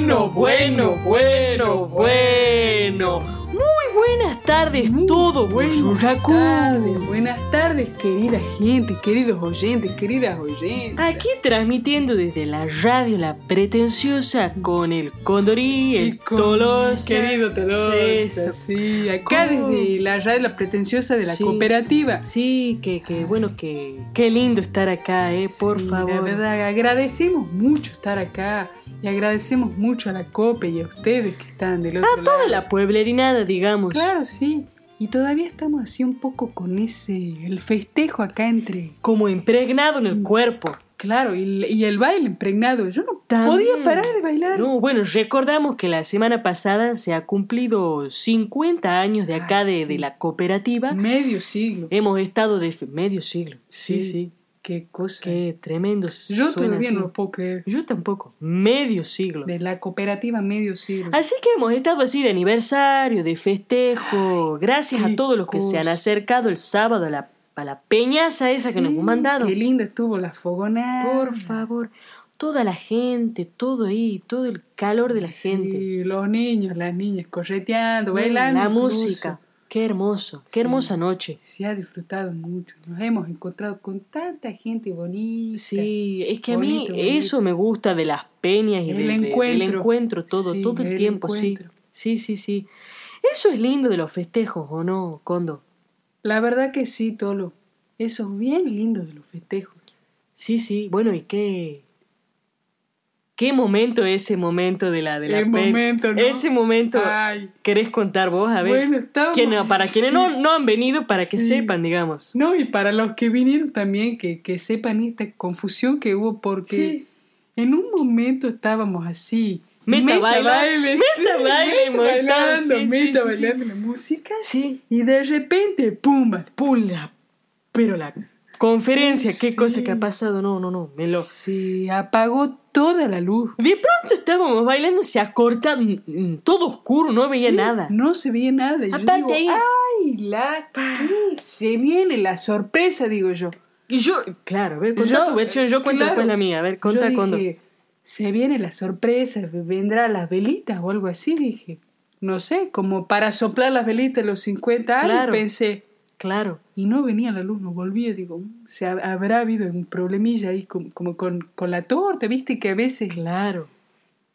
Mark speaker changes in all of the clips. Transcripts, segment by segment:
Speaker 1: Bueno, bueno, bueno. Muy buenas tardes, todo buen Raku.
Speaker 2: Mm. tardes, buenas tardes, querida gente, queridos oyentes, queridas oyentes.
Speaker 1: Aquí transmitiendo desde la radio La Pretenciosa con el Condorí, el
Speaker 2: con-
Speaker 1: Tolosa.
Speaker 2: Querido Tolosa,
Speaker 1: Eso.
Speaker 2: sí, acá
Speaker 1: ¿Cómo?
Speaker 2: desde la radio La Pretenciosa de la
Speaker 1: Sí.
Speaker 2: Cooperativa.
Speaker 1: Sí, que, que bueno, que qué lindo estar acá, eh, por
Speaker 2: Sí, La
Speaker 1: favor.
Speaker 2: verdad, agradecemos mucho estar acá y agradecemos mucho a la COPE y a ustedes que están del otro
Speaker 1: A Ah, toda
Speaker 2: lado.
Speaker 1: la pueblerinada, digamos.
Speaker 2: Claro, sí. Y todavía estamos así un poco con ese, el festejo acá entre...
Speaker 1: Como impregnado en
Speaker 2: Mm.
Speaker 1: el cuerpo.
Speaker 2: Claro, y, y el baile impregnado. Yo no
Speaker 1: También.
Speaker 2: podía parar de bailar.
Speaker 1: No, bueno, recordamos que la semana pasada se ha cumplido 50 años de acá
Speaker 2: Ah,
Speaker 1: de,
Speaker 2: sí. Mm.
Speaker 1: de la cooperativa.
Speaker 2: Medio siglo.
Speaker 1: Hemos estado de fe- medio siglo. Eh, Sí, sí.
Speaker 2: Qué cosa.
Speaker 1: Qué tremendo.
Speaker 2: Yo
Speaker 1: suena
Speaker 2: todavía
Speaker 1: así.
Speaker 2: no lo puedo creer.
Speaker 1: Yo tampoco. Medio siglo.
Speaker 2: De la cooperativa medio siglo.
Speaker 1: Así que hemos estado así de aniversario, de festejo. Gracias a
Speaker 2: qué
Speaker 1: todos los que se han
Speaker 2: cosa.
Speaker 1: acercado el sábado a la, a la peñaza esa que nos
Speaker 2: Sí,
Speaker 1: han mandado.
Speaker 2: Qué linda estuvo la fogonada.
Speaker 1: Por favor. Toda la gente, todo ahí, todo el calor de la gente.
Speaker 2: Sí, los niños, las niñas correteando,
Speaker 1: Mm,
Speaker 2: bailando.
Speaker 1: La
Speaker 2: incluso.
Speaker 1: música. Qué hermoso, qué hermosa noche.
Speaker 2: Se ha disfrutado mucho. Nos hemos encontrado con tanta gente bonita.
Speaker 1: Sí, es que
Speaker 2: Bonito,
Speaker 1: a mí
Speaker 2: bonito.
Speaker 1: eso me gusta de las peñas y
Speaker 2: El
Speaker 1: de- de- del
Speaker 2: encuentro.
Speaker 1: encuentro, todo,
Speaker 2: Sí,
Speaker 1: todo el,
Speaker 2: el
Speaker 1: tiempo,
Speaker 2: encuentro.
Speaker 1: sí. Sí, sí, sí. Eso es lindo de los festejos, ¿o no, Condo?
Speaker 2: La verdad que sí, Tolo. Eso es bien lindo de los festejos.
Speaker 1: Sí, sí. Bueno, ¿y qué? ¿Qué momento ese momento de la de la
Speaker 2: El
Speaker 1: pe-
Speaker 2: momento, ¿no?
Speaker 1: Ese momento.
Speaker 2: Ay.
Speaker 1: ¿Querés contar vos? A ver.
Speaker 2: Bueno, estamos-
Speaker 1: ¿Quién- para quienes
Speaker 2: sí.
Speaker 1: no, no han venido, para que
Speaker 2: Sí.
Speaker 1: sepan, digamos.
Speaker 2: No, y para los que vinieron también, que, que sepan esta confusión que hubo, porque
Speaker 1: Sí.
Speaker 2: en un momento estábamos así.
Speaker 1: Meta baila- meta
Speaker 2: sí,
Speaker 1: baila y
Speaker 2: meta
Speaker 1: montado,
Speaker 2: bailando,
Speaker 1: sí, sí,
Speaker 2: meta
Speaker 1: sí, sí.
Speaker 2: bailando la música.
Speaker 1: Sí.
Speaker 2: Y de repente, ¡pumba!
Speaker 1: Pula. Pero la conferencia, qué
Speaker 2: Sí.
Speaker 1: cosa que ha pasado. No, no, no. Me lo...
Speaker 2: Se apagó toda la luz.
Speaker 1: De pronto estábamos bailando, se acorta mm, mm, todo oscuro, no veía
Speaker 2: Sí,
Speaker 1: nada.
Speaker 2: No se veía nada. Y
Speaker 1: Aparte
Speaker 2: yo
Speaker 1: ahí-
Speaker 2: digo, ¡ay, la qué! Se viene la sorpresa, digo yo.
Speaker 1: Y yo, claro, a ver, contá
Speaker 2: Yo-
Speaker 1: tu versión, yo cuento
Speaker 2: claro.
Speaker 1: después la mía. A ver,
Speaker 2: Yo
Speaker 1: contá
Speaker 2: dije,
Speaker 1: cuando.
Speaker 2: Se viene la sorpresa, vendrá las velitas o algo así, dije. No sé, como para soplar las velitas los 50 años,
Speaker 1: Claro.
Speaker 2: pensé.
Speaker 1: Claro.
Speaker 2: Y no venía la luz, no volvía, digo, "Mm, se ha- habrá habido un problemilla ahí como, como con, con la torta, viste que a veces...
Speaker 1: Claro.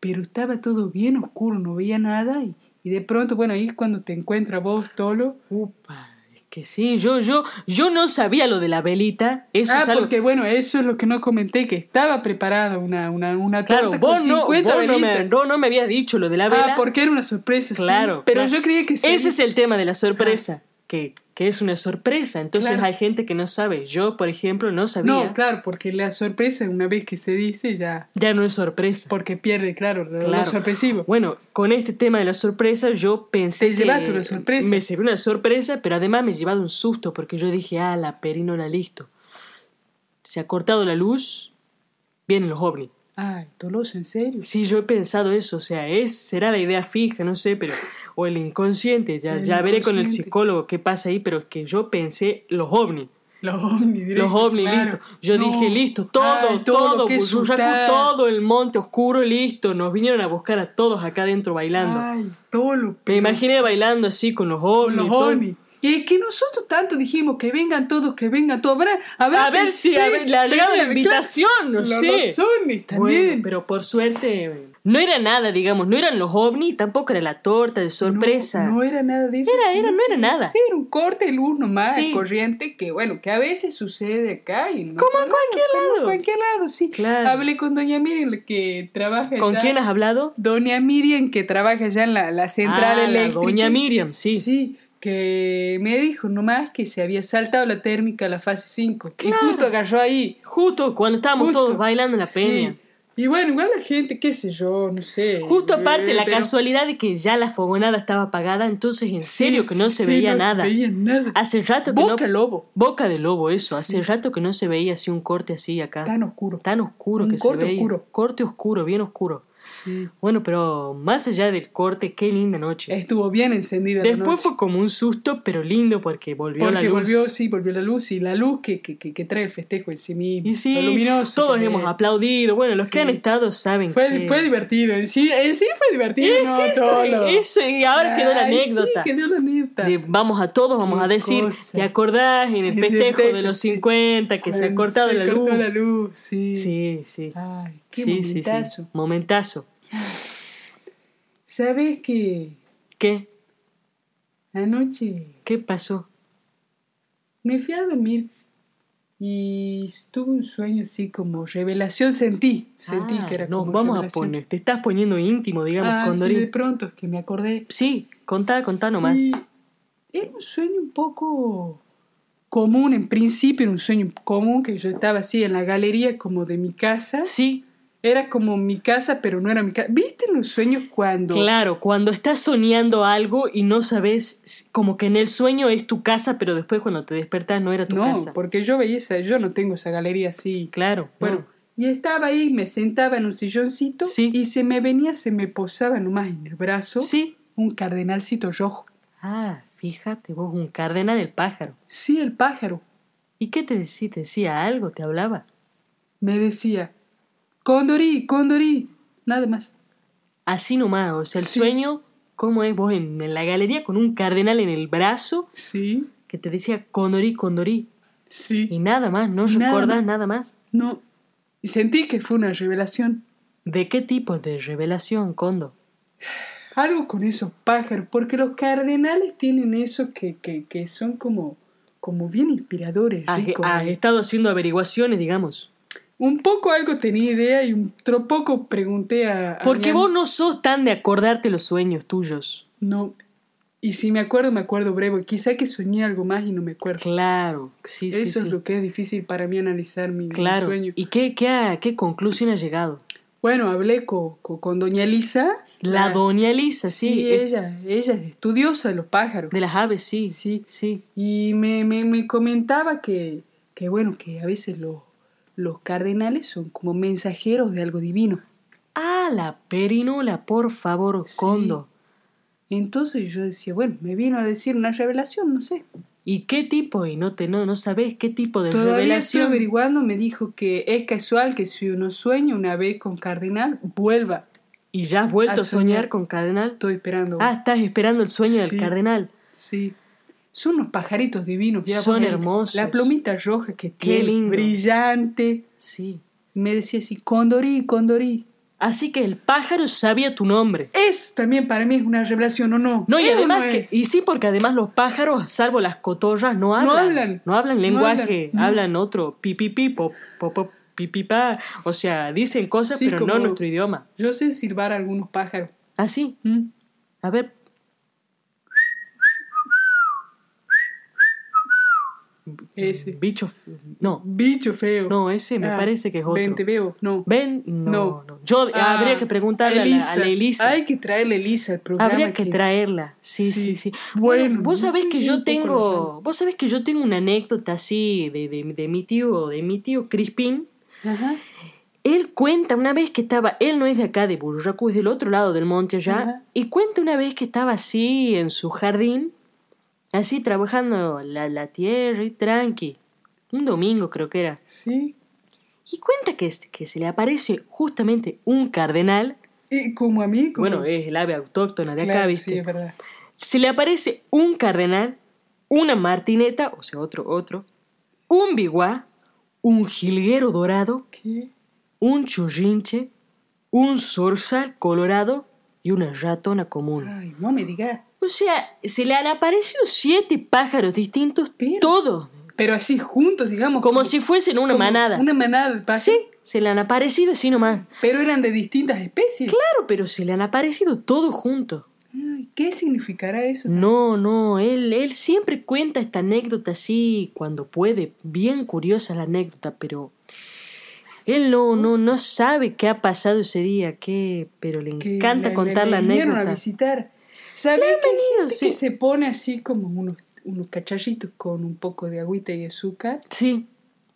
Speaker 2: Pero estaba todo bien oscuro, no veía nada y, y de pronto, bueno, ahí es cuando te encuentras vos, Tolo.
Speaker 1: Upa, es que sí, yo, yo, yo no sabía lo de la velita. Eso
Speaker 2: ah,
Speaker 1: es algo.
Speaker 2: porque bueno, eso es lo que no comenté, que estaba preparada una, una, una
Speaker 1: claro,
Speaker 2: torta
Speaker 1: vos,
Speaker 2: con
Speaker 1: no,
Speaker 2: 50
Speaker 1: vos no me,
Speaker 2: velitas.
Speaker 1: no, no me habías dicho lo de la vela.
Speaker 2: Ah, porque era una sorpresa, sí.
Speaker 1: Claro.
Speaker 2: Pero
Speaker 1: claro.
Speaker 2: yo creía que sí.
Speaker 1: Ese es el tema de la sorpresa. Que, que es una sorpresa. Entonces
Speaker 2: Claro.
Speaker 1: hay gente que no sabe. Yo, por ejemplo, no sabía.
Speaker 2: No, claro, porque la sorpresa, una vez que se dice, ya.
Speaker 1: Ya no es sorpresa.
Speaker 2: Porque pierde, claro, lo- lo
Speaker 1: Claro.
Speaker 2: sorpresivo.
Speaker 1: Bueno, con este tema de la sorpresa, yo pensé
Speaker 2: Te
Speaker 1: que
Speaker 2: llevaste una sorpresa.
Speaker 1: me sirvió una sorpresa, pero además me he llevado un susto porque yo dije, ah, la perinola listo. Se ha cortado la luz, vienen los ovnis.
Speaker 2: Ay, Tolosa, ¿en serio?
Speaker 1: Sí, yo he pensado eso, o sea, es será la idea fija, no sé, pero o el inconsciente, ya,
Speaker 2: El
Speaker 1: ya veré con el
Speaker 2: inconsciente.
Speaker 1: psicólogo qué pasa ahí, pero es que yo pensé los ovnis.
Speaker 2: Los ovnis, directo,
Speaker 1: Los ovnis,
Speaker 2: claro.
Speaker 1: listo. Yo
Speaker 2: No.
Speaker 1: dije, listo, todo,
Speaker 2: Ay,
Speaker 1: todo,
Speaker 2: qué
Speaker 1: Buzurracu,
Speaker 2: sustancia.
Speaker 1: todo el monte oscuro, listo. Nos vinieron a buscar a todos acá adentro bailando.
Speaker 2: Ay, Tolo,
Speaker 1: Me
Speaker 2: pero-
Speaker 1: imaginé bailando así con los
Speaker 2: con
Speaker 1: ovnis.
Speaker 2: Los
Speaker 1: todo.
Speaker 2: ovnis. Y es que nosotros tanto dijimos que vengan todos, que vengan todos. Habrá, habrá
Speaker 1: A ver si
Speaker 2: pensé-
Speaker 1: a ver, le ha llegado la
Speaker 2: Claro,
Speaker 1: invitación, no
Speaker 2: los-
Speaker 1: sé.
Speaker 2: Los ovnis también.
Speaker 1: Bueno, pero por suerte eh, no era nada, digamos, no eran los ovnis, tampoco era la torta de sorpresa.
Speaker 2: No, no era nada de eso.
Speaker 1: Era- era-
Speaker 2: sino
Speaker 1: no era
Speaker 2: que
Speaker 1: nada.
Speaker 2: Sí, era un corte de luz nomás,
Speaker 1: Sí.
Speaker 2: corriente, que bueno, que a veces sucede acá. Y no
Speaker 1: Como en
Speaker 2: no,
Speaker 1: cualquier
Speaker 2: como
Speaker 1: lado.
Speaker 2: en cualquier lado, sí.
Speaker 1: Claro.
Speaker 2: Hablé con Doña Miriam, la que trabaja
Speaker 1: ¿Con
Speaker 2: allá.
Speaker 1: quién has hablado?
Speaker 2: Doña Miriam, que trabaja allá en la, la central
Speaker 1: Ah, la
Speaker 2: eléctrica.
Speaker 1: Doña Miriam, sí.
Speaker 2: Sí, que me dijo nomás que se había saltado la térmica a la fase 5.
Speaker 1: Claro.
Speaker 2: Y justo agarró ahí.
Speaker 1: Justo cuando estábamos
Speaker 2: justo.
Speaker 1: todos bailando en la
Speaker 2: Sí.
Speaker 1: peña.
Speaker 2: Y bueno, igual la gente, qué sé yo, no sé.
Speaker 1: Justo aparte
Speaker 2: eh,
Speaker 1: la
Speaker 2: pero-
Speaker 1: casualidad de que ya la fogonada estaba apagada, entonces en
Speaker 2: Sí,
Speaker 1: serio que no
Speaker 2: sí,
Speaker 1: se
Speaker 2: sí,
Speaker 1: veía nada.
Speaker 2: No se veía nada.
Speaker 1: Hace rato que
Speaker 2: Boca
Speaker 1: no
Speaker 2: lobo.
Speaker 1: Boca de lobo eso, hace rato que no se veía así un corte así acá.
Speaker 2: Tan oscuro.
Speaker 1: Tan oscuro
Speaker 2: Un
Speaker 1: que
Speaker 2: corte
Speaker 1: se veía.
Speaker 2: oscuro.
Speaker 1: Corte oscuro, bien oscuro.
Speaker 2: Sí.
Speaker 1: Bueno, pero más allá del corte, qué linda noche.
Speaker 2: Estuvo bien encendida la
Speaker 1: Después
Speaker 2: noche.
Speaker 1: fue como un susto, pero lindo porque volvió la
Speaker 2: Porque
Speaker 1: luz.
Speaker 2: volvió, sí, volvió la luz y la luz que, que, que- que trae el festejo en sí mismo.
Speaker 1: y sí,
Speaker 2: lo luminoso.
Speaker 1: todos
Speaker 2: que
Speaker 1: hemos
Speaker 2: es.
Speaker 1: aplaudido. Bueno, los que
Speaker 2: Sí.
Speaker 1: han estado saben
Speaker 2: Fue,
Speaker 1: que...
Speaker 2: fue divertido, en sí, en sí fue divertido,
Speaker 1: Es
Speaker 2: no
Speaker 1: que eso-
Speaker 2: todo lo-
Speaker 1: eso, y ahora quedó la
Speaker 2: Ay, sí,
Speaker 1: anécdota.
Speaker 2: quedó la anécdota.
Speaker 1: de vamos a todos, vamos
Speaker 2: Qué
Speaker 1: a decir,
Speaker 2: cosa.
Speaker 1: ¿te acordás en el
Speaker 2: En el
Speaker 1: festejo de
Speaker 2: festejo,
Speaker 1: los
Speaker 2: sí.
Speaker 1: 50 que se ha
Speaker 2: Ay,
Speaker 1: cortado
Speaker 2: se
Speaker 1: la
Speaker 2: cortó
Speaker 1: luz?
Speaker 2: la luz, sí.
Speaker 1: Sí, sí.
Speaker 2: Ay, qué
Speaker 1: Sí, sí, sí.
Speaker 2: momentazo.
Speaker 1: Momentazo.
Speaker 2: ¿Sabes que
Speaker 1: ¿Qué?
Speaker 2: anoche
Speaker 1: ¿Qué pasó?
Speaker 2: me fui a dormir y tuve un sueño así como revelación sentí, sentí
Speaker 1: Ah,
Speaker 2: que era
Speaker 1: nos
Speaker 2: como
Speaker 1: vamos
Speaker 2: revelación.
Speaker 1: a poner, te estás poniendo íntimo, digamos,
Speaker 2: Ah, sí, de
Speaker 1: Condorín.
Speaker 2: pronto es que me acordé.
Speaker 1: Sí, contá, contá nomás.
Speaker 2: Sí, Era un sueño un poco común, en principio era un sueño común que yo estaba así en la galería como de mi casa.
Speaker 1: Sí,
Speaker 2: Era como mi casa, pero no era mi casa. ¿Viste los sueños cuando?
Speaker 1: claro, cuando estás soñando algo y no sabes, como que en el sueño es tu casa, pero después cuando te despertas no era tu
Speaker 2: no,
Speaker 1: casa.
Speaker 2: porque yo veía esa, yo no tengo esa galería así.
Speaker 1: Claro,
Speaker 2: Bueno,
Speaker 1: no.
Speaker 2: y estaba ahí, me sentaba en un silloncito
Speaker 1: Sí.
Speaker 2: y se me venía, se me posaba nomás en el brazo
Speaker 1: Sí.
Speaker 2: un cardenalcito rojo.
Speaker 1: Ah, fíjate vos, un cardenal el pájaro.
Speaker 2: Sí, el pájaro
Speaker 1: ¿Y qué te decía? ¿Te decía algo? ¿Te hablaba?
Speaker 2: me decía, Condorí, Condorí, nada más.
Speaker 1: Así nomás, o sea, el
Speaker 2: Sí.
Speaker 1: sueño, ¿cómo es vos en, en la galería con un cardenal en el brazo
Speaker 2: Sí,
Speaker 1: que te decía condorí, condorí?
Speaker 2: sí.
Speaker 1: Y nada más, no
Speaker 2: Nada.
Speaker 1: recordás nada más.
Speaker 2: No. Y sentí que fue una revelación.
Speaker 1: ¿De qué tipo de revelación, Condo?
Speaker 2: Algo con esos pájaros, porque los cardenales tienen eso que, que, que son como, como bien inspiradores,
Speaker 1: Has,
Speaker 2: ricos.
Speaker 1: has
Speaker 2: ¿eh?
Speaker 1: estado haciendo averiguaciones, digamos.
Speaker 2: Un poco algo tenía idea y un otro poco pregunté a... a mi
Speaker 1: Porque
Speaker 2: am-
Speaker 1: vos no sos tan de acordarte los sueños tuyos.
Speaker 2: No. Y si me acuerdo, me acuerdo breve. Quizá que soñé algo más y no me acuerdo.
Speaker 1: Claro, sí, sí,
Speaker 2: eso es
Speaker 1: sí.
Speaker 2: lo que es difícil para mí analizar mi, mi
Speaker 1: Claro.
Speaker 2: sueño.
Speaker 1: ¿Y qué, qué, a qué conclusión has llegado?
Speaker 2: Bueno, hablé co- co- con doña Elisa.
Speaker 1: La, doña Elisa,
Speaker 2: Sí,
Speaker 1: sí. es
Speaker 2: ella, ella es estudiosa de los pájaros.
Speaker 1: de las aves, sí.
Speaker 2: Sí.
Speaker 1: Sí.
Speaker 2: Y me, me, me comentaba que, que, bueno, que a veces los, los cardenales son como mensajeros de algo divino.
Speaker 1: Ah, la perinola, por favor,
Speaker 2: Sí.
Speaker 1: Condo.
Speaker 2: Entonces yo decía, bueno, me vino a decir una revelación, no sé.
Speaker 1: ¿Y qué tipo? Y no te no, no sabés qué tipo de
Speaker 2: Todavía estoy
Speaker 1: revelación.
Speaker 2: averiguando, me dijo que es casual que si uno sueña una vez con cardenal, vuelva.
Speaker 1: ¿Y ya has vuelto
Speaker 2: A
Speaker 1: a soñar
Speaker 2: soñar.
Speaker 1: con Cardenal?
Speaker 2: Estoy esperando.
Speaker 1: Ah, estás esperando el sueño
Speaker 2: Sí.
Speaker 1: del Cardenal.
Speaker 2: sí. Son unos pajaritos divinos. mira,
Speaker 1: Son
Speaker 2: por el-
Speaker 1: hermosos.
Speaker 2: La plumita roja que tiene,
Speaker 1: lindo.
Speaker 2: brillante.
Speaker 1: Sí.
Speaker 2: Me decía así, condorí, condorí.
Speaker 1: Así que el pájaro sabía tu nombre.
Speaker 2: Eso también para mí es una revelación, ¿o no?
Speaker 1: No, y
Speaker 2: ¿Es o
Speaker 1: además
Speaker 2: no
Speaker 1: que,
Speaker 2: es?
Speaker 1: y sí, porque además los pájaros, salvo las cotorras, no hablan.
Speaker 2: hablan.
Speaker 1: No hablan
Speaker 2: No
Speaker 1: lenguaje,
Speaker 2: hablan, no.
Speaker 1: hablan otro pipipi, pop, pop, pop, pipipa. O sea, dicen cosas,
Speaker 2: Sí,
Speaker 1: pero no
Speaker 2: como-
Speaker 1: nuestro idioma.
Speaker 2: Yo sé silbar a algunos pájaros.
Speaker 1: Así.
Speaker 2: ¿Mm?
Speaker 1: A ver.
Speaker 2: Ese.
Speaker 1: Bicho. f- No,
Speaker 2: Bicho feo.
Speaker 1: no, ese me
Speaker 2: Ah,
Speaker 1: parece que es otro.
Speaker 2: Ven, te veo. No.
Speaker 1: Ven, no,
Speaker 2: No.
Speaker 1: no. Yo
Speaker 2: Ah,
Speaker 1: habría que preguntarle a la, a la Elisa.
Speaker 2: Hay que traerle a Elisa al programa.
Speaker 1: habría que traerla. Sí, sí,
Speaker 2: Sí.
Speaker 1: sí.
Speaker 2: Bueno,
Speaker 1: vos
Speaker 2: yo
Speaker 1: sabés que
Speaker 2: estoy
Speaker 1: yo
Speaker 2: un poco
Speaker 1: tengo, vos sabés que yo tengo una anécdota así de, de, de mi tío, de mi tío Crispín.
Speaker 2: Ajá.
Speaker 1: Él cuenta una vez que estaba, él no es de acá de Burracu, es del otro lado del monte allá,
Speaker 2: Ajá.
Speaker 1: y cuenta una vez que estaba así en su jardín, así trabajando la, la tierra y tranqui. Un domingo creo que era.
Speaker 2: Sí.
Speaker 1: Y cuenta que, es- que se le aparece justamente un cardenal,
Speaker 2: Y como a mí, como...
Speaker 1: bueno, es el ave autóctona de acá,
Speaker 2: Claro,
Speaker 1: ¿viste?
Speaker 2: Sí, es verdad.
Speaker 1: se le aparece un cardenal, una martineta, o sea, otro, otro, un biguá, un jilguero dorado,
Speaker 2: ¿Qué?
Speaker 1: un churrinche, un zorzal colorado y una ratona común.
Speaker 2: Ay, no me digas.
Speaker 1: O sea, se le han aparecido siete pájaros distintos,
Speaker 2: Pero-
Speaker 1: todos,
Speaker 2: Pero así juntos, digamos.
Speaker 1: como si fuesen una
Speaker 2: como
Speaker 1: manada.
Speaker 2: Una manada de pájaros.
Speaker 1: Sí, se le han aparecido así nomás.
Speaker 2: Pero eran de distintas especies.
Speaker 1: Claro, pero se le han aparecido todos juntos.
Speaker 2: Ay, ¿Qué significará eso?
Speaker 1: No, no, él, él siempre cuenta esta anécdota así cuando puede, bien curiosa la anécdota, pero él no, no, no sabe qué ha pasado ese día, qué, pero le
Speaker 2: que
Speaker 1: encanta
Speaker 2: le-
Speaker 1: contar
Speaker 2: le-
Speaker 1: la
Speaker 2: le vinieron a
Speaker 1: anécdota.
Speaker 2: visitar. ¿Sabes que, hay
Speaker 1: venido,
Speaker 2: gente
Speaker 1: sí.
Speaker 2: que se pone así como unos, unos cacharritos con un poco de agüita y azúcar
Speaker 1: Sí,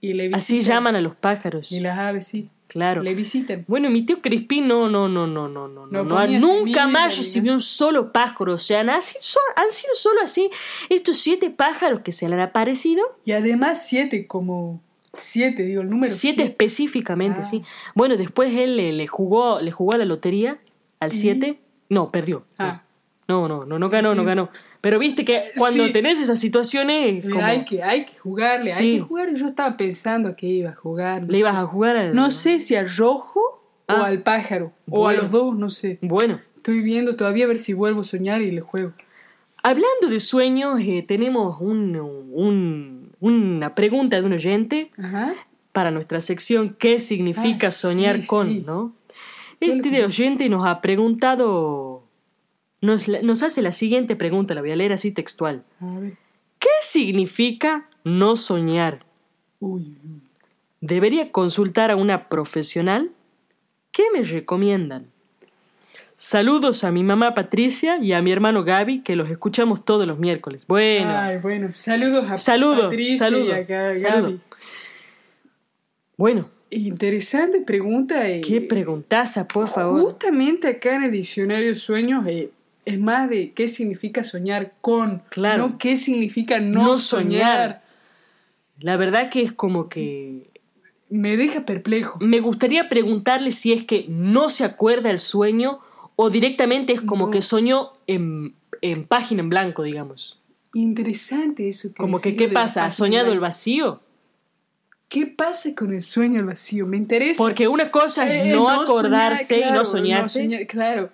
Speaker 2: y le
Speaker 1: así
Speaker 2: visitan?
Speaker 1: llaman a los pájaros.
Speaker 2: Y las aves, sí.
Speaker 1: claro.
Speaker 2: le visiten.
Speaker 1: Bueno, mi tío Crispín no, no, no, no, no, no, no, no,
Speaker 2: ponía
Speaker 1: nunca
Speaker 2: semilla
Speaker 1: más
Speaker 2: ni
Speaker 1: recibió un solo pájaro. O sea, han sido, han sido solo así estos siete pájaros que se le han aparecido,
Speaker 2: Y además siete, como siete, digo, el número
Speaker 1: siete específicamente,
Speaker 2: Ah.
Speaker 1: sí. Bueno, después él le, le jugó, le jugó a la lotería al
Speaker 2: ¿Y?
Speaker 1: siete. No, perdió.
Speaker 2: Ah.
Speaker 1: No, no, no, no ganó, no ganó. Pero viste que cuando
Speaker 2: Sí.
Speaker 1: tenés esas situaciones,
Speaker 2: Eh,
Speaker 1: como,
Speaker 2: Hay que, hay que jugarle,
Speaker 1: Sí.
Speaker 2: hay que jugar. Yo estaba pensando que iba a jugar.
Speaker 1: le ibas a jugar al.
Speaker 2: No sé si al rojo
Speaker 1: Ah.
Speaker 2: o al pájaro. O a
Speaker 1: Bueno.
Speaker 2: los dos, no sé.
Speaker 1: Bueno.
Speaker 2: Estoy viendo todavía a ver si vuelvo a soñar y le juego.
Speaker 1: Hablando de sueños, eh, tenemos un- un- una pregunta de un oyente
Speaker 2: Ajá.
Speaker 1: para nuestra sección ¿Qué significa
Speaker 2: Ah, sí,
Speaker 1: soñar con?
Speaker 2: sí.
Speaker 1: ¿no?
Speaker 2: Yo lo
Speaker 1: Este oyente nos ha preguntado, nos, la- nos hace la siguiente pregunta, la voy a leer así textual.
Speaker 2: A ver.
Speaker 1: ¿Qué significa no soñar?
Speaker 2: Uy, uy, uy.
Speaker 1: ¿Debería consultar a una profesional? ¿Qué me recomiendan? Saludos a mi mamá Patricia y a mi hermano Gaby, que los escuchamos todos los miércoles. Bueno,
Speaker 2: Ay, bueno. Saludos a
Speaker 1: Saludo,
Speaker 2: Patricia
Speaker 1: saludo,
Speaker 2: y a Ga-
Speaker 1: saludo.
Speaker 2: Gaby.
Speaker 1: bueno,
Speaker 2: Interesante pregunta. eh.
Speaker 1: qué preguntaza, por favor.
Speaker 2: Justamente acá en el diccionario sueños eh, es más de qué significa soñar con,
Speaker 1: Claro.
Speaker 2: no qué significa no,
Speaker 1: No soñar.
Speaker 2: soñar.
Speaker 1: La verdad que es como que
Speaker 2: Me deja perplejo.
Speaker 1: me gustaría preguntarle si es que no se acuerda el sueño o directamente es como
Speaker 2: No.
Speaker 1: que soñó en, en página en blanco, digamos.
Speaker 2: Interesante eso.
Speaker 1: Como que,
Speaker 2: decís
Speaker 1: ¿qué
Speaker 2: de la
Speaker 1: pasa? ¿Ha
Speaker 2: página
Speaker 1: soñado el
Speaker 2: blanca.
Speaker 1: vacío?
Speaker 2: ¿Qué pasa con el sueño al vacío? Me interesa.
Speaker 1: Porque una cosa es
Speaker 2: Eh,
Speaker 1: no,
Speaker 2: soñar,
Speaker 1: acordarse y
Speaker 2: claro,
Speaker 1: no soñarse,
Speaker 2: soñar, claro,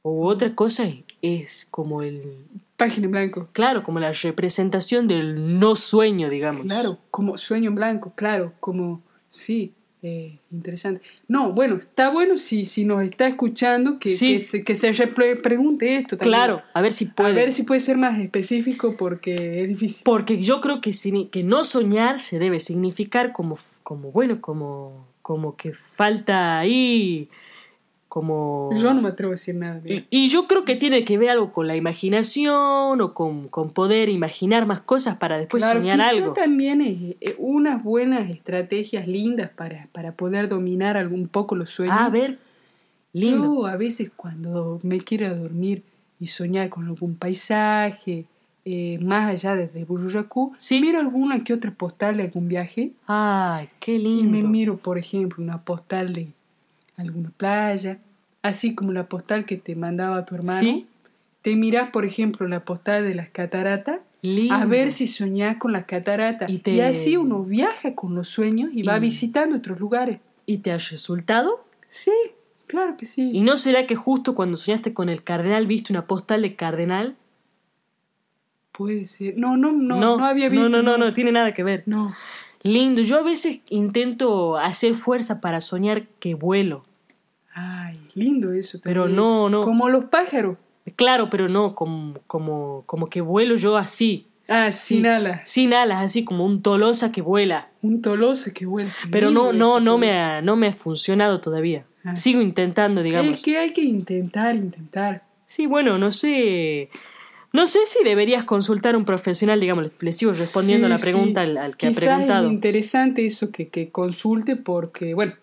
Speaker 1: o otra cosa es, es como el,
Speaker 2: página en blanco.
Speaker 1: claro, como la representación del no sueño, digamos.
Speaker 2: Claro, como sueño en blanco, claro, como, sí, eh, interesante. No, bueno, está bueno si, si nos está escuchando que,
Speaker 1: Sí.
Speaker 2: que se, que se repre- pregunte esto también.
Speaker 1: Claro, a ver si puede.
Speaker 2: A ver si puede ser más específico porque es difícil.
Speaker 1: Porque yo creo que, sin- que no soñar se debe significar como, como bueno, como, como que falta ahí, como...
Speaker 2: Yo no me atrevo a decir nada. mira.
Speaker 1: y, y yo creo que tiene que ver algo con la imaginación o con, con poder imaginar más cosas para después
Speaker 2: claro,
Speaker 1: Pues soñar
Speaker 2: quizá
Speaker 1: algo.
Speaker 2: también es eh, unas buenas estrategias lindas para, para poder dominar algún poco los sueños.
Speaker 1: Ah, A ver, lindo.
Speaker 2: Yo a veces cuando me quiero dormir y soñar con algún paisaje, eh, más allá de, de Buruyacú,
Speaker 1: Sí.
Speaker 2: miro alguna que otra postal de algún viaje
Speaker 1: Ay, qué
Speaker 2: y me
Speaker 1: lindo.
Speaker 2: miro, por ejemplo, una postal de alguna playa, así como la postal que te mandaba tu hermano.
Speaker 1: Sí.
Speaker 2: Te mirás, por ejemplo, la postal de las cataratas,
Speaker 1: Lindo.
Speaker 2: a ver si soñás con las cataratas.
Speaker 1: Y
Speaker 2: Y,
Speaker 1: te-
Speaker 2: así uno viaja con los sueños y, va
Speaker 1: Y-
Speaker 2: visitando otros lugares.
Speaker 1: ¿Y te ha resultado?
Speaker 2: Sí, claro que sí.
Speaker 1: ¿Y no será que justo cuando soñaste con el cardenal viste una postal de cardenal?
Speaker 2: Puede ser. No, no, no, no, había visto.
Speaker 1: No, no, no, no, tiene nada que ver.
Speaker 2: No.
Speaker 1: Lindo, yo a veces intento hacer fuerza para soñar que vuelo.
Speaker 2: Ay, lindo eso
Speaker 1: Pero
Speaker 2: también.
Speaker 1: no, no.
Speaker 2: Como los pájaros.
Speaker 1: Claro, pero no, como, como, como que vuelo yo así.
Speaker 2: Ah,
Speaker 1: Sí,
Speaker 2: sin alas.
Speaker 1: Sin alas, así como un tolosa que vuela.
Speaker 2: Un tolosa que vuelve.
Speaker 1: Pero no,
Speaker 2: Lindo
Speaker 1: no,
Speaker 2: ese
Speaker 1: no me
Speaker 2: tolosa.
Speaker 1: ha, no me ha funcionado todavía.
Speaker 2: Ah.
Speaker 1: Sigo intentando,
Speaker 2: Es
Speaker 1: digamos.
Speaker 2: que hay que intentar, intentar.
Speaker 1: Sí, bueno, no sé. No sé si deberías consultar a un profesional, digamos, le- le sigo respondiendo
Speaker 2: Sí,
Speaker 1: la pregunta
Speaker 2: sí.
Speaker 1: al, al que
Speaker 2: Quizás
Speaker 1: ha preguntado.
Speaker 2: Es interesante eso que, que consulte porque, bueno,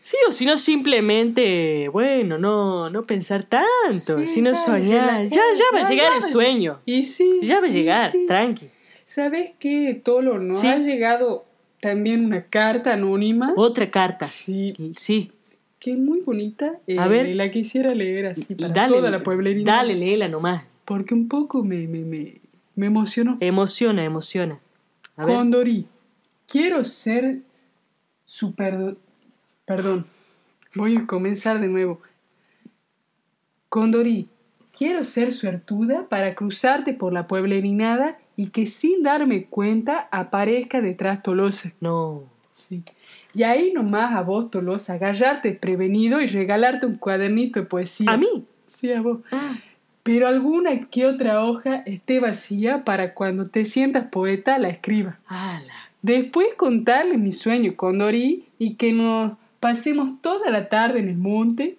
Speaker 1: Sí, o si no simplemente, bueno, no, no pensar tanto,
Speaker 2: Sí,
Speaker 1: sino
Speaker 2: ya,
Speaker 1: soñar.
Speaker 2: relajar,
Speaker 1: Ya, ya va a
Speaker 2: ya,
Speaker 1: llegar
Speaker 2: ya
Speaker 1: el
Speaker 2: va a-
Speaker 1: sueño.
Speaker 2: y sí.
Speaker 1: Ya va a
Speaker 2: y
Speaker 1: llegar,
Speaker 2: sí.
Speaker 1: tranqui.
Speaker 2: ¿Sabes qué, Tolo? ¿No
Speaker 1: Sí.
Speaker 2: ha llegado también una carta anónima?
Speaker 1: Otra carta.
Speaker 2: ¿Ah? Sí,
Speaker 1: Sí,
Speaker 2: que es muy bonita.
Speaker 1: A
Speaker 2: Eh,
Speaker 1: ver.
Speaker 2: La quisiera leer así para
Speaker 1: dale.
Speaker 2: toda la pueblerina.
Speaker 1: Dale, léela nomás.
Speaker 2: porque un poco me, me, me, me emocionó.
Speaker 1: Emociona, emociona. A ver.
Speaker 2: Condorí, quiero ser su perdo- Perdón, voy a comenzar de nuevo. Condorí, quiero ser suertuda para cruzarte por la pueblerinada y que sin darme cuenta aparezca detrás Tolosa.
Speaker 1: No.
Speaker 2: Sí. Y ahí nomás a vos, Tolosa, agarrarte prevenido y regalarte un cuadernito de poesía.
Speaker 1: A mí. Ah.
Speaker 2: Sí, a vos. Pero alguna que otra hoja esté vacía para cuando te sientas poeta la escriba.
Speaker 1: Ala.
Speaker 2: Después contarle mi sueño con Dorí y que nos pasemos toda la tarde en el monte,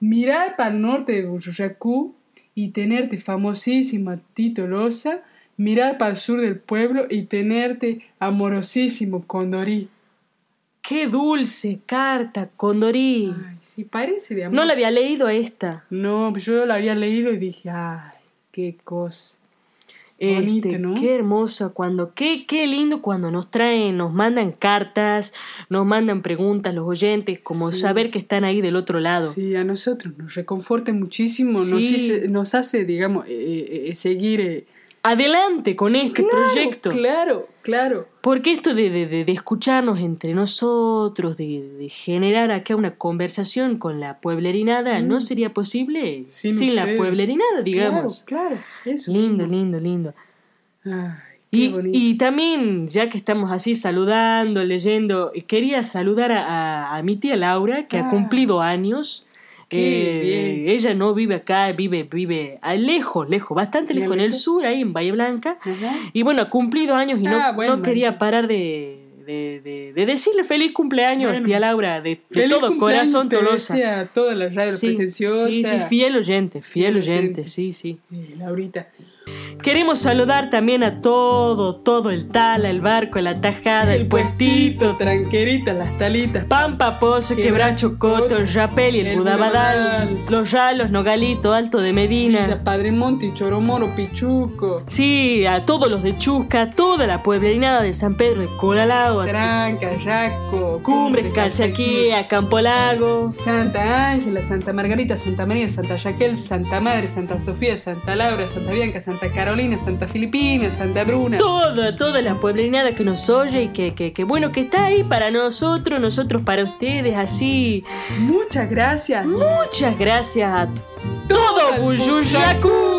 Speaker 2: mirar para el norte de Buruyacú y tenerte famosísima titolosa, mirar para el sur del pueblo y tenerte amorosísimo con Dorí.
Speaker 1: Qué dulce carta, Condorí.
Speaker 2: Ay, sí, parece de amor.
Speaker 1: No la había leído esta.
Speaker 2: No, pues yo la había leído y dije, ay, qué cosa.
Speaker 1: Este,
Speaker 2: Bonita, ¿no?
Speaker 1: Qué hermosa cuando, qué, qué lindo cuando nos traen, nos mandan cartas, nos mandan preguntas los oyentes, como
Speaker 2: Sí.
Speaker 1: saber que están ahí del otro lado.
Speaker 2: Sí, a nosotros nos reconforta muchísimo, nos,
Speaker 1: Sí.
Speaker 2: hice- nos hace, digamos, eh, eh, seguir... eh,
Speaker 1: Adelante con este proyecto.
Speaker 2: Claro, claro.
Speaker 1: Porque esto de, de- de- de escucharnos entre nosotros, de, de generar acá una conversación con la pueblerinada, no sería posible
Speaker 2: Mm. Sin
Speaker 1: sin, la
Speaker 2: ustedes.
Speaker 1: pueblerinada, digamos.
Speaker 2: Claro, claro. Eso.
Speaker 1: Lindo, lindo, lindo.
Speaker 2: Ay, qué
Speaker 1: Y,
Speaker 2: bonito.
Speaker 1: y también, ya que estamos así saludando, leyendo, eh, quería saludar a, a- a mi tía Laura, que
Speaker 2: Ah.
Speaker 1: ha cumplido años. Eh,
Speaker 2: Qué bien.
Speaker 1: ella no vive acá, vive, vive a- lejos, lejos, bastante
Speaker 2: ¿Y a
Speaker 1: lejos, en el
Speaker 2: lejos?
Speaker 1: sur, ahí en Bahía Blanca.
Speaker 2: Ajá.
Speaker 1: Y bueno, ha cumplido años y no,
Speaker 2: Ah, bueno.
Speaker 1: no quería parar de, de- de- de decirle feliz cumpleaños,
Speaker 2: Bueno.
Speaker 1: tía Laura, de, de
Speaker 2: Feliz
Speaker 1: todo
Speaker 2: cumpleaños,
Speaker 1: corazón
Speaker 2: te
Speaker 1: Tolosa.
Speaker 2: desea a toda la radio
Speaker 1: Sí,
Speaker 2: pretenciosa.
Speaker 1: sí, sí, fiel oyente, fiel,
Speaker 2: Fiel
Speaker 1: oyente,
Speaker 2: oyente.
Speaker 1: sí, sí.
Speaker 2: Eh, Laurita.
Speaker 1: Queremos saludar también a todo, todo el tala, el barco, la tajada, el, puestito,
Speaker 2: tranquerita, las talitas.
Speaker 1: Pampa, Pozo, Quebracho, Coto, el Rapel y el,
Speaker 2: el
Speaker 1: Budabadal,
Speaker 2: Budabadal,
Speaker 1: Los Yalos, Nogalito, Alto de Medina.
Speaker 2: Villa Padre Monte, Choromoro, Pichuco,
Speaker 1: Sí, a todos los de Chusca, a toda la pueblerinada de San Pedro de Colalao, a
Speaker 2: Tranca, Yaco,
Speaker 1: Cumbres, Calchaquía, Campolago.
Speaker 2: Santa Ángela, Santa Margarita, Santa María, Santa Jaquel, Santa Madre, Santa Sofía, Santa Laura, Santa Bianca, Santa Carolina, Santa Filipina, Santa Bruna.
Speaker 1: Toda, toda la pueblinada que nos oye y que, que, que bueno, que está ahí para nosotros, nosotros para ustedes, así.
Speaker 2: Muchas gracias.
Speaker 1: Muchas gracias a todo
Speaker 2: el
Speaker 1: Buyuyacú.